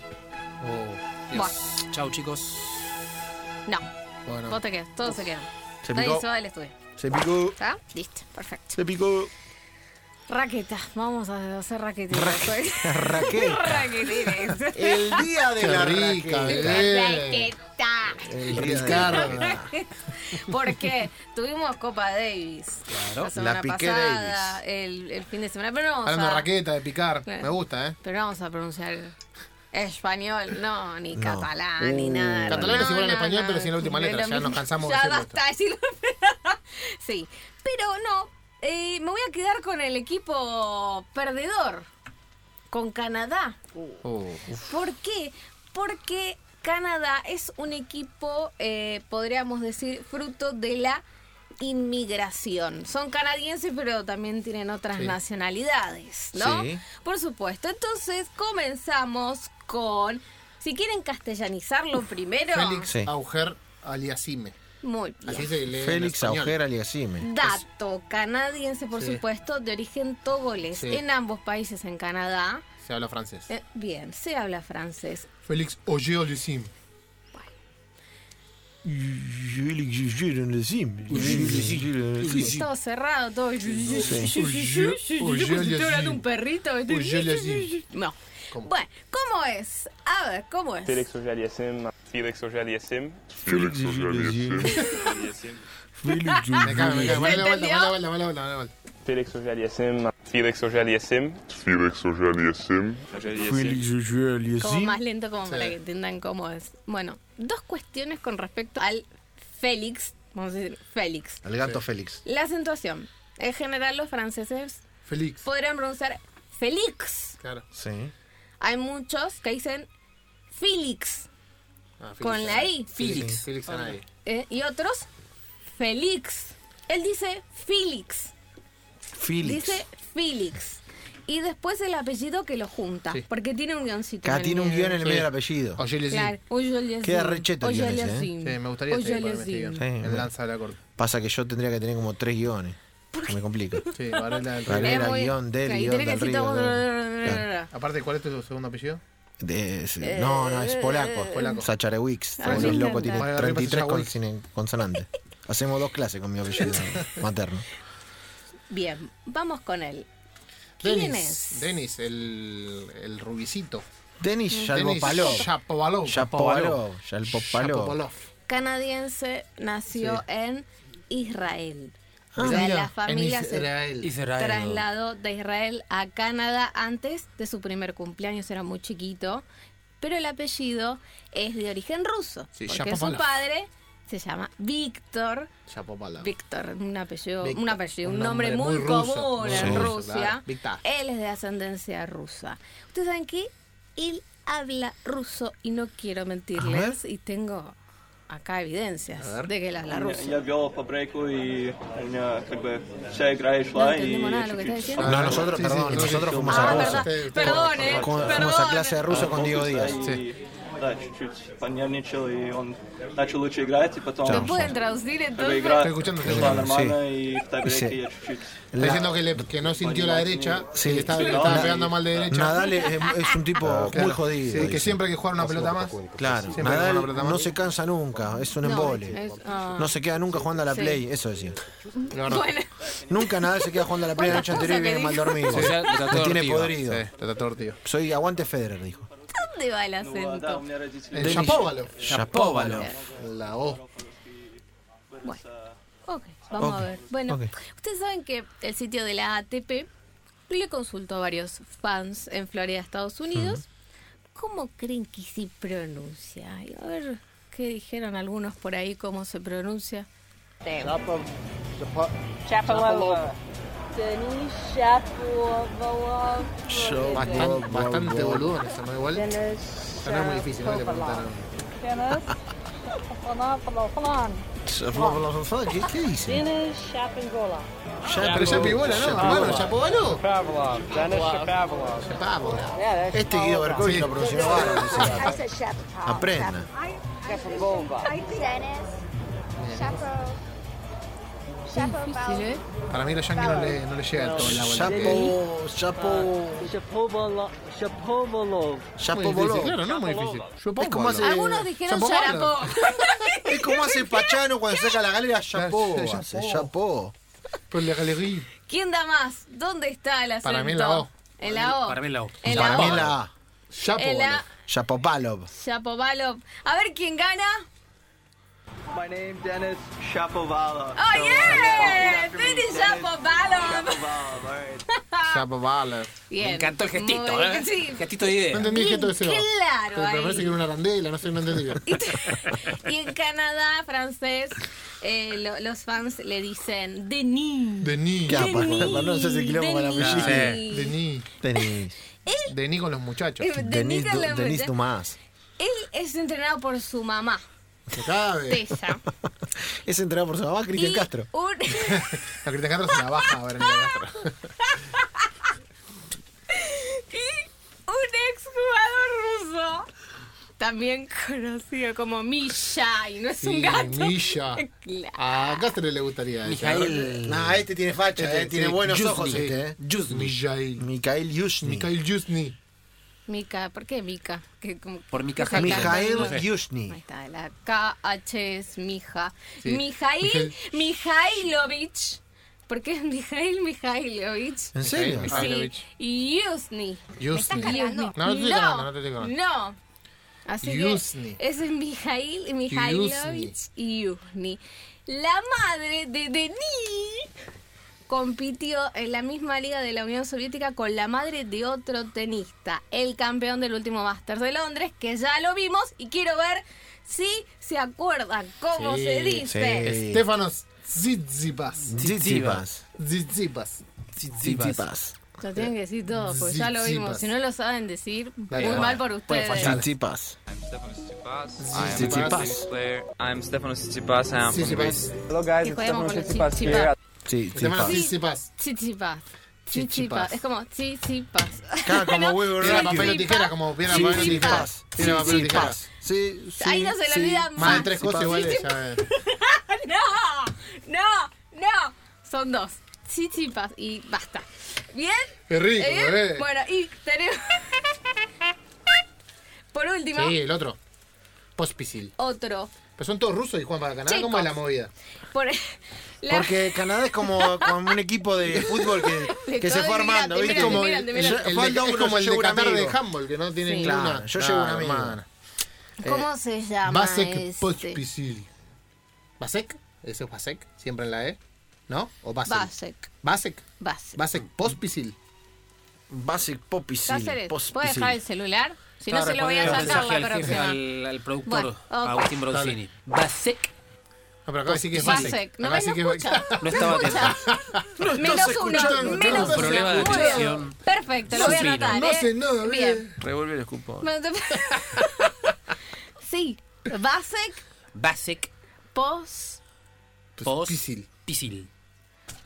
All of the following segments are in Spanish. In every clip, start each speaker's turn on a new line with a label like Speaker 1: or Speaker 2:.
Speaker 1: Bueno,
Speaker 2: Oh, Chau, chicos.
Speaker 1: no,
Speaker 3: Bueno,
Speaker 1: vos te quedas, todos se quedan.
Speaker 3: se
Speaker 1: Nadie
Speaker 3: picó.
Speaker 1: se va del estudio.
Speaker 3: Se picó.
Speaker 1: ¿Está? Listo, perfecto.
Speaker 3: Se picó.
Speaker 1: Raqueta, vamos a hacer raquetines.
Speaker 4: Raquel.
Speaker 1: raquetines.
Speaker 4: El día de
Speaker 3: Qué
Speaker 4: la
Speaker 3: rica,
Speaker 4: Raquel.
Speaker 3: bebé.
Speaker 1: Raqueta.
Speaker 3: El
Speaker 4: Ricarda.
Speaker 1: Porque tuvimos Copa Davis
Speaker 3: Claro,
Speaker 1: la semana
Speaker 3: la piqué
Speaker 1: pasada, El, el fin de semana, pero no vamos
Speaker 3: Hablando de
Speaker 1: a,
Speaker 3: raqueta, de picar.
Speaker 1: Claro.
Speaker 3: Me gusta, ¿eh?
Speaker 1: pero no vamos a pronunciar español, no, ni catalán, ni
Speaker 3: Uh,
Speaker 1: nada.
Speaker 3: catalán
Speaker 1: no,
Speaker 3: es igual al
Speaker 1: no,
Speaker 3: español,
Speaker 1: no,
Speaker 3: pero sin la última
Speaker 1: no es
Speaker 3: letra,
Speaker 1: lo
Speaker 3: ya nos
Speaker 1: mismo.
Speaker 3: cansamos de
Speaker 1: Ya
Speaker 3: decirlo
Speaker 1: basta decirlo. sí, pero no, eh, me voy a quedar con el equipo perdedor, con Canadá.
Speaker 3: Oh,
Speaker 1: ¿Por qué? Porque Canadá es un equipo, eh, podríamos decir, fruto de la inmigración. Son canadienses, pero también tienen otras
Speaker 3: Sí.
Speaker 1: nacionalidades, ¿no?
Speaker 4: Sí.
Speaker 1: Por supuesto. Entonces comenzamos con, si quieren castellanizarlo primero,
Speaker 3: Félix
Speaker 4: Sí.
Speaker 3: Auger aliasime.
Speaker 1: muy bien.
Speaker 3: Así se lee.
Speaker 4: Félix
Speaker 3: en español.
Speaker 4: Aujera Aliasime.
Speaker 1: Dato canadiense, por
Speaker 3: Sí.
Speaker 1: supuesto, de origen togolés
Speaker 3: Sí.
Speaker 1: en ambos países, en Canadá.
Speaker 3: Se habla francés.
Speaker 1: Eh, bien, se habla francés.
Speaker 3: Félix Auger aliasime.
Speaker 1: Todo cerrado, todo.
Speaker 3: Oye,
Speaker 1: Estoy hablando de un perrito.
Speaker 3: Oye, Leslie.
Speaker 1: No.
Speaker 3: ¿Cómo?
Speaker 1: Bueno, ¿cómo es? A ver, ¿cómo es?
Speaker 5: Félix Auger Aliassime. Félix Auger Aliassime.
Speaker 3: Me cago, me cago. Dale la vuelta,
Speaker 1: ¿Entendió?
Speaker 3: dale la vuelta, dale la vuelta, dale la vuelta.
Speaker 5: Félix Auger Aliassime. Félix Auger Aliassime.
Speaker 6: Felix Auger Aliassime,
Speaker 1: Como más lento, como para
Speaker 3: Sí.
Speaker 1: que entiendan cómo es. Bueno, dos cuestiones con respecto al Félix. Vamos a decir Félix.
Speaker 4: El gato Félix.
Speaker 1: La acentuación. En general, los franceses
Speaker 3: Félix.
Speaker 1: podrían pronunciar Félix.
Speaker 3: Claro.
Speaker 4: Sí.
Speaker 1: Hay muchos que dicen Félix
Speaker 3: Ah, Félix
Speaker 1: con la I.
Speaker 3: Félix. Félix a nadie.
Speaker 1: Eh, y otros, Félix. Él dice Félix.
Speaker 4: Félix.
Speaker 1: Dice Félix. Y después el apellido que lo junta.
Speaker 3: Sí.
Speaker 1: Porque tiene un guioncito.
Speaker 4: Acá
Speaker 1: en el
Speaker 4: tiene un
Speaker 1: medio.
Speaker 4: guión en el medio del apellido.
Speaker 3: Oye, Leslie.
Speaker 1: Claro. Oye,
Speaker 4: Queda re cheto el
Speaker 1: Oye,
Speaker 4: guion ese, ¿eh?
Speaker 1: Yacine.
Speaker 3: Sí, me gustaría
Speaker 1: Oye,
Speaker 3: este ponerme este
Speaker 1: Yacine.
Speaker 3: guión.
Speaker 4: Sí,
Speaker 3: El
Speaker 4: bueno.
Speaker 3: danza del acorde.
Speaker 4: Pasa que yo tendría que tener como tres guiones. Me complica.
Speaker 3: Sí, Varela del
Speaker 4: Varela.
Speaker 3: Río.
Speaker 1: Es
Speaker 4: Era
Speaker 1: muy-
Speaker 4: guión del,
Speaker 1: Claro, y
Speaker 4: guión
Speaker 1: tiene que
Speaker 4: del
Speaker 1: decir
Speaker 4: río,
Speaker 1: todo-
Speaker 4: del-
Speaker 1: Claro.
Speaker 3: Aparte, ¿cuál es tu segundo apellido?
Speaker 4: De- es- no, no, es polaco.
Speaker 3: Polaco.
Speaker 4: Sacharewicz.
Speaker 1: Eh, Ah,
Speaker 4: Los
Speaker 1: me
Speaker 4: locos
Speaker 1: encanta.
Speaker 4: tienen
Speaker 3: Bueno,
Speaker 4: 33
Speaker 3: arriba se
Speaker 4: consine- consonantes. Hacemos dos clases con mi apellido materno.
Speaker 1: Bien, vamos con él. ¿Quién
Speaker 3: Denis.
Speaker 1: es?
Speaker 3: Denis, el, el rubicito.
Speaker 4: Denis
Speaker 3: Denis
Speaker 4: Yalbopalov.
Speaker 3: Shapovalov.
Speaker 4: Shapovalov. Yalbopalov.
Speaker 3: Shapovalov.
Speaker 1: Canadiense nació
Speaker 3: Sí.
Speaker 1: en Israel.
Speaker 3: Ah,
Speaker 1: o sea,
Speaker 3: mira,
Speaker 1: la familia
Speaker 3: en
Speaker 1: se
Speaker 3: Israel.
Speaker 2: Israel.
Speaker 1: trasladó de Israel a Canadá antes de su primer cumpleaños, era muy chiquito. Pero el apellido es de origen ruso.
Speaker 3: Sí,
Speaker 1: porque su
Speaker 3: Shapovalov.
Speaker 1: padre se llama Víctor.
Speaker 3: Shapovalov.
Speaker 1: Víctor, un apellido,
Speaker 3: Víctor,
Speaker 1: un apellido,
Speaker 3: un
Speaker 1: un nombre
Speaker 3: nombre
Speaker 1: muy,
Speaker 3: muy ruso,
Speaker 1: común
Speaker 3: muy
Speaker 1: en
Speaker 3: ruso,
Speaker 1: Rusia.
Speaker 3: claro. Víctor.
Speaker 1: Él es de ascendencia rusa. Ustedes saben que él habla ruso y no quiero mentirles y tengo acá
Speaker 3: A
Speaker 1: evidencias
Speaker 3: ver.
Speaker 1: de que él habla ruso.
Speaker 7: Я вел по бреку, и у меня как бы вся игра и
Speaker 1: No
Speaker 7: шла, и...
Speaker 1: entendemos nada de lo que está
Speaker 7: чуть-чуть.
Speaker 1: diciendo.
Speaker 4: No, nosotros,
Speaker 3: Sí, sí,
Speaker 4: perdón,
Speaker 3: sí,
Speaker 4: nosotros
Speaker 3: sí.
Speaker 4: fuimos
Speaker 1: Ah,
Speaker 4: a
Speaker 1: verdad.
Speaker 4: ruso.
Speaker 3: ustedes-
Speaker 1: Perdón, eh.
Speaker 4: Con- Fuimos a
Speaker 1: perdón.
Speaker 4: clase de ruso con Diego Díaz.
Speaker 7: И, Да, чуть-чуть понервничал, и он начал лучше играть, и потом
Speaker 4: Да.
Speaker 1: ¿Lo pueden traducir
Speaker 7: как бы
Speaker 1: entonces?
Speaker 7: игра
Speaker 3: Estoy escuchando, estoy
Speaker 7: шла
Speaker 3: escuchando.
Speaker 7: нормально, и в той
Speaker 4: Sí.
Speaker 7: бреке я чуть-чуть
Speaker 3: Está
Speaker 4: La-
Speaker 3: diciendo que, le- que no sintió la derecha,
Speaker 4: Sí.
Speaker 3: que le estaba, le
Speaker 7: No,
Speaker 3: estaba
Speaker 7: la-
Speaker 3: pegando mal de derecha.
Speaker 4: Nadal es, es un tipo
Speaker 3: Claro.
Speaker 4: muy jodido.
Speaker 3: Sí, que
Speaker 4: dice.
Speaker 3: siempre que jugar una pelota más.
Speaker 4: Claro,
Speaker 3: Siempre que juega una
Speaker 4: Nadal
Speaker 3: pelota más.
Speaker 4: no se cansa nunca, es un
Speaker 1: No,
Speaker 4: embole.
Speaker 1: es- ah.
Speaker 4: No se queda nunca jugando a la
Speaker 1: Sí.
Speaker 4: play, eso decía.
Speaker 3: La verdad.
Speaker 1: Bueno,
Speaker 4: Nunca Nadal se queda jugando a la play la noche
Speaker 1: Cuántas
Speaker 4: anterior
Speaker 1: cosas
Speaker 4: y viene
Speaker 1: que
Speaker 4: mal
Speaker 1: dijo.
Speaker 4: dormido.
Speaker 2: O sea, lo trató
Speaker 4: Me
Speaker 2: de
Speaker 4: tiene
Speaker 2: ortigo.
Speaker 3: Sí,
Speaker 4: podrido.
Speaker 3: está todo tío.
Speaker 4: Soy aguante Federer, dijo.
Speaker 1: ¿dónde va el
Speaker 7: Ну, а, да, у
Speaker 1: acento?
Speaker 7: меня родители...
Speaker 3: Eh, Shapovalov.
Speaker 4: Yapóvalo.
Speaker 3: La O.
Speaker 1: Ok, vamos a
Speaker 4: Ok,
Speaker 1: ver. Bueno,
Speaker 4: ok.
Speaker 1: ustedes saben que el sitio de la ATP le consultó a varios fans en Florida, Estados Unidos, cómo creen que sí pronuncia. Y a ver qué dijeron algunos por ahí, cómo se pronuncia.
Speaker 3: Bastante, bastante boludo, eso no igual. No es muy difícil, no le preguntaron.
Speaker 4: ¿Qué, qué dice? Ya,
Speaker 3: Pero Shapovalov, ¿no? Hermano, Shapovalov. Shapovalov.
Speaker 4: Este Guido Bercovi lo pronunció bárbaro, dice. Aprenda.
Speaker 8: Dennis. Chapo.
Speaker 1: Qué difícil, ¿eh?
Speaker 3: Para mí los yankees no le, no le llega del todo el agua. Eh,
Speaker 4: Chapo, Chapo,
Speaker 7: Shapovalov.
Speaker 4: Chapo
Speaker 3: muy difícil,
Speaker 4: voló.
Speaker 3: claro, no muy difícil.
Speaker 4: Es como hace-
Speaker 1: Algunos dijeron Yarapó.
Speaker 4: Es como hace Pachano cuando saca la galera, Chapo.
Speaker 3: Claro,
Speaker 4: Hace
Speaker 3: Chapo.
Speaker 4: Chapo.
Speaker 3: Por la galería.
Speaker 1: ¿Quién da más? ¿Dónde está el acento?
Speaker 3: Para mí en la O.
Speaker 1: ¿En la O?
Speaker 2: Para mí en la O.
Speaker 1: En la
Speaker 4: Para
Speaker 1: O.
Speaker 4: mí la A.
Speaker 3: Chapo.
Speaker 1: En la-
Speaker 4: Chapopalov.
Speaker 1: Shapovalov. A ver quién gana.
Speaker 7: My name Dennis Shapovalov.
Speaker 1: ¡Oh,
Speaker 7: So,
Speaker 1: yeah!
Speaker 7: after me,
Speaker 1: Dennis
Speaker 7: Dennis
Speaker 1: Shapovalov.
Speaker 7: Shapovalov, alright.
Speaker 3: Chapo Baller.
Speaker 1: Bien.
Speaker 2: Me encantó el gestito,
Speaker 1: Muy bien,
Speaker 2: ¿eh?
Speaker 1: Sí.
Speaker 2: Gestito de
Speaker 3: No
Speaker 2: idea.
Speaker 3: entendí el
Speaker 1: Bien
Speaker 3: gesto de Seba.
Speaker 1: claro
Speaker 3: Pero
Speaker 1: ahí.
Speaker 3: parece que era una arandela, no sé, no entendí bien.
Speaker 1: Y t- y en Canadá, francés, eh, lo- los fans le dicen Denis.
Speaker 3: Denis.
Speaker 4: ¿Qué hago?
Speaker 1: Denis,
Speaker 4: Para- para no hacerse quilombo con la
Speaker 1: Denis.
Speaker 2: apellido.
Speaker 1: Sí.
Speaker 3: Denis.
Speaker 4: Denis.
Speaker 3: Denis con los muchachos.
Speaker 1: Eh,
Speaker 4: Denis,
Speaker 1: Denis con la-
Speaker 4: Denis Dumas.
Speaker 1: Él es entrenado por su mamá,
Speaker 3: Se cabe.
Speaker 1: Tessa.
Speaker 4: Es entrenado por su mamá, Cristian
Speaker 1: Y
Speaker 4: Castro.
Speaker 1: un-
Speaker 3: La Cristian Castro se la baja a ver Castro.
Speaker 1: y un exjugador ruso, también conocido como Misha, y no es un
Speaker 3: Sí,
Speaker 1: gato.
Speaker 3: Misha.
Speaker 1: Claro.
Speaker 3: A Castro le gustaría eso.
Speaker 2: Mijael.
Speaker 4: Nah, este tiene facha,
Speaker 3: Este,
Speaker 4: eh, tiene
Speaker 3: sí,
Speaker 4: buenos
Speaker 3: Yuzny.
Speaker 4: ojos este, eh.
Speaker 2: Yuzny.
Speaker 3: Mijail.
Speaker 4: Mikhail Yushny.
Speaker 3: Mikhail Yuzny.
Speaker 1: Mika, ¿por qué Mika? Que como-
Speaker 2: Por mi caja.
Speaker 4: Mikhail
Speaker 2: No sé.
Speaker 1: Ahí
Speaker 4: Yushny.
Speaker 1: está, la KH es Mija.
Speaker 3: Sí.
Speaker 1: Mijail Mijailovich. ¿Por qué es Mijail Mijailovich?
Speaker 4: ¿En serio? Ah.
Speaker 3: Mikhail Mijailovich.
Speaker 1: Sí. Yusni. Yusni.
Speaker 3: Yuzny. No, no te estoy cargando, no te estoy cargando.
Speaker 1: No. Así
Speaker 3: Yusni.
Speaker 1: que ese es Mijail Mijailovich y Yusni. La madre de Denis compitió en la misma liga de la Unión Soviética con la madre de otro tenista, el campeón del último Masters de Londres, que ya lo vimos y quiero ver si se acuerdan cómo
Speaker 3: Sí,
Speaker 1: se dice.
Speaker 4: sí.
Speaker 3: Estefanos Tsitsipas.
Speaker 4: Zizipas.
Speaker 3: Tsitsipas.
Speaker 2: Tsitsipas.
Speaker 1: Lo tienen que decir todo, porque ya lo vimos.
Speaker 3: Zipas.
Speaker 1: Si no lo saben decir,
Speaker 3: Dale,
Speaker 1: muy
Speaker 3: va.
Speaker 1: mal por ustedes.
Speaker 4: Zizipas. Zizipas.
Speaker 8: I'm Stefanos Tsitsipas.
Speaker 4: Ah, pues,
Speaker 8: I am from Greece.
Speaker 3: Tsitsipas.
Speaker 7: Hello guys,
Speaker 1: Que juguemos con los chichipas.
Speaker 3: Estefanos
Speaker 4: Zizipas.
Speaker 1: Chichipas.
Speaker 3: Tsitsipas.
Speaker 1: Chichipas.
Speaker 3: Chichipas.
Speaker 1: Es como chichipas.
Speaker 4: Claro, como
Speaker 1: No,
Speaker 4: huevo
Speaker 3: Piedra,
Speaker 4: Rápido.
Speaker 3: papel o tijera, como piedra, papel o tijera.
Speaker 4: Zizipas.
Speaker 3: Piedra, papel o tijera.
Speaker 4: Zizipas. Sí, sí,
Speaker 1: Ahí no se le
Speaker 4: sí.
Speaker 1: olvida
Speaker 3: Más de
Speaker 1: más.
Speaker 3: tres cosas iguales ya. eh.
Speaker 1: No, no, no. Son dos. Chichipas y basta. ¿Bien?
Speaker 3: Qué rico,
Speaker 1: ¿Eh?
Speaker 3: bebé.
Speaker 1: Bueno, y tenemos... Por último,
Speaker 3: Sí, el otro. Pospisil.
Speaker 1: otro.
Speaker 3: Pero son todos rusos y juegan para Canadá. ¿Cómo
Speaker 1: Chicos.
Speaker 3: es la movida?
Speaker 1: Por... e- la-
Speaker 3: eh,
Speaker 4: Porque Canadá es como, como un equipo de fútbol que,
Speaker 1: De
Speaker 4: que se
Speaker 1: todo,
Speaker 4: fue armando,
Speaker 1: mirate,
Speaker 4: ¿viste?
Speaker 1: mirate,
Speaker 4: como
Speaker 1: mirate,
Speaker 4: el-
Speaker 1: mirate.
Speaker 4: yo-
Speaker 3: El
Speaker 4: falta
Speaker 3: de, es
Speaker 4: uno,
Speaker 3: como
Speaker 4: yo
Speaker 3: el de
Speaker 4: llevo un
Speaker 3: Qatar de
Speaker 4: amigo.
Speaker 3: handball, que no tiene
Speaker 1: Sí.
Speaker 3: ninguna.
Speaker 4: Claro, yo llevo un amigo.
Speaker 1: ¿Cómo se llama
Speaker 3: Basek
Speaker 1: este?
Speaker 3: Pospisil. ¿Basek? ¿Eso es Basek? ¿Siempre en la E? ¿No? ¿O Basek?
Speaker 1: Basek.
Speaker 3: Basek.
Speaker 1: Basek.
Speaker 3: Basek Pospisil.
Speaker 4: Basic Popisil.
Speaker 1: Cáceres, ¿puedes
Speaker 4: Pospisil.
Speaker 1: dejar el celular? Si no, se lo voy a
Speaker 2: Respondí
Speaker 1: sacar
Speaker 2: mensaje
Speaker 1: la
Speaker 2: al, jefe,
Speaker 1: próxima.
Speaker 2: al, al productor
Speaker 1: Bueno, ok.
Speaker 2: Agustín Bronzini. Basek
Speaker 3: No, pero acá sí que es Basek.
Speaker 1: Basek. No
Speaker 3: Acá
Speaker 1: me
Speaker 3: sí
Speaker 1: no
Speaker 3: que
Speaker 1: escucha.
Speaker 2: no estaba atento.
Speaker 1: Menos uno. Menos
Speaker 2: Un problema de
Speaker 1: uno.
Speaker 2: atención.
Speaker 1: Perfecto, lo voy a
Speaker 2: Sufrino.
Speaker 1: anotar.
Speaker 3: No
Speaker 1: ¿eh?
Speaker 3: hace nada,
Speaker 1: Bien.
Speaker 8: Revuelve los cupos.
Speaker 1: Sí. Basek,
Speaker 2: Basek
Speaker 1: pos,
Speaker 2: Pos
Speaker 3: Pospisil.
Speaker 2: Pisil.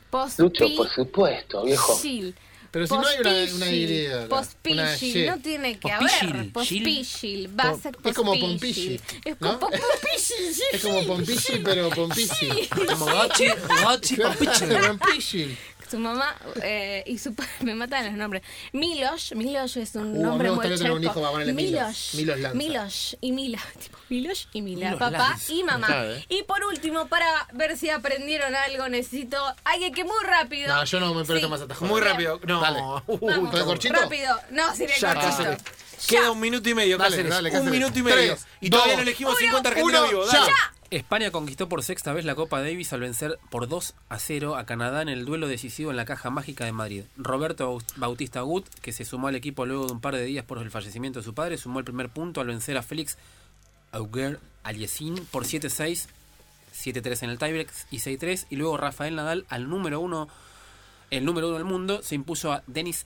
Speaker 1: pos.
Speaker 9: Lucho,
Speaker 1: pi-
Speaker 9: por supuesto, viejo.
Speaker 1: Sil.
Speaker 3: Pero si no hay una,
Speaker 1: Pospisil.
Speaker 3: una Y. acá, una
Speaker 1: Pospisil,
Speaker 3: Y.
Speaker 1: no tiene que
Speaker 2: Pospisil,
Speaker 1: haber.
Speaker 2: Gil.
Speaker 1: Pospisil, Basek,
Speaker 3: Es como
Speaker 1: Pospisil.
Speaker 3: Pompisil,
Speaker 1: Es
Speaker 3: ¿no?
Speaker 1: como Pompisil, sí,
Speaker 3: Es como
Speaker 1: sí.
Speaker 3: Pompisil, pero Pompisil.
Speaker 2: Como Gachi, Gachi Popichel.
Speaker 3: Pompisil.
Speaker 1: Su mamá eh, y su padre, me matan los nombres. Milosh, Milosh es un
Speaker 3: Uh,
Speaker 1: nombre
Speaker 3: me
Speaker 1: muy
Speaker 3: gustaría tener un
Speaker 1: checo.
Speaker 3: hijo para ponerle Milos.
Speaker 1: Milosh,
Speaker 3: Milos Lanza.
Speaker 1: Milosh y Mila, tipo Milosh y Mila,
Speaker 2: Milos
Speaker 1: papá
Speaker 2: Lanza.
Speaker 1: y mamá.
Speaker 3: Claro, eh.
Speaker 1: Y por último, para ver si aprendieron algo, necesito alguien que muy rápido.
Speaker 3: No, yo no me presto
Speaker 1: Sí.
Speaker 3: más atajos.
Speaker 4: Muy rápido. No.
Speaker 3: Dale.
Speaker 4: Uy,
Speaker 1: Vamos,
Speaker 3: ¿con el Uh, corchito?
Speaker 1: rápido. No, sin el
Speaker 4: Ya,
Speaker 1: corchito.
Speaker 4: Cáceres. Queda un minuto y medio,
Speaker 3: Dale,
Speaker 4: Cáceres.
Speaker 3: dale,
Speaker 4: Un
Speaker 3: Cáceres.
Speaker 4: minuto y medio.
Speaker 3: Tres,
Speaker 4: y todavía
Speaker 3: dos,
Speaker 4: no elegimos
Speaker 1: uno,
Speaker 4: 50 argentinos
Speaker 3: Uno,
Speaker 4: vivos.
Speaker 3: ya.
Speaker 4: Dale.
Speaker 2: España conquistó por sexta vez la Copa Davis al vencer por 2 a 0 a Canadá en el duelo decisivo en la Caja Mágica de Madrid. Roberto Baust- Bautista Gut, que se sumó al equipo luego de un par de días por el fallecimiento de su padre, sumó el primer punto al vencer a Félix Auger Aliesín por 7-6, 7-3 en el tiebreak y 6-3. Y luego Rafael Nadal, al número uno, el número uno del mundo, se impuso a Denis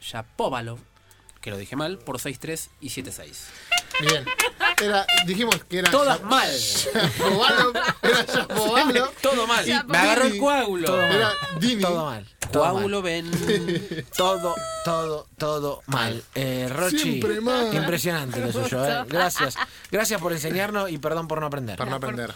Speaker 2: Shapovalov, que lo dije mal, por 6-3 y 7-6.
Speaker 3: Bien. Era, dijimos que era.
Speaker 2: Todas mal.
Speaker 3: Shapovalov, Era Shapovalov.
Speaker 2: Todo mal.
Speaker 3: Y
Speaker 2: Me agarró el
Speaker 3: Dini.
Speaker 2: coágulo.
Speaker 3: Era Dini.
Speaker 4: Todo mal. Todo mal.
Speaker 2: Coágulo ven.
Speaker 4: Todo, todo, todo mal. Eh, Rochi,
Speaker 3: Siempre mal.
Speaker 4: impresionante lo suyo. eh. Gracias. Gracias por enseñarnos y perdón por no aprender.
Speaker 3: Para no aprender.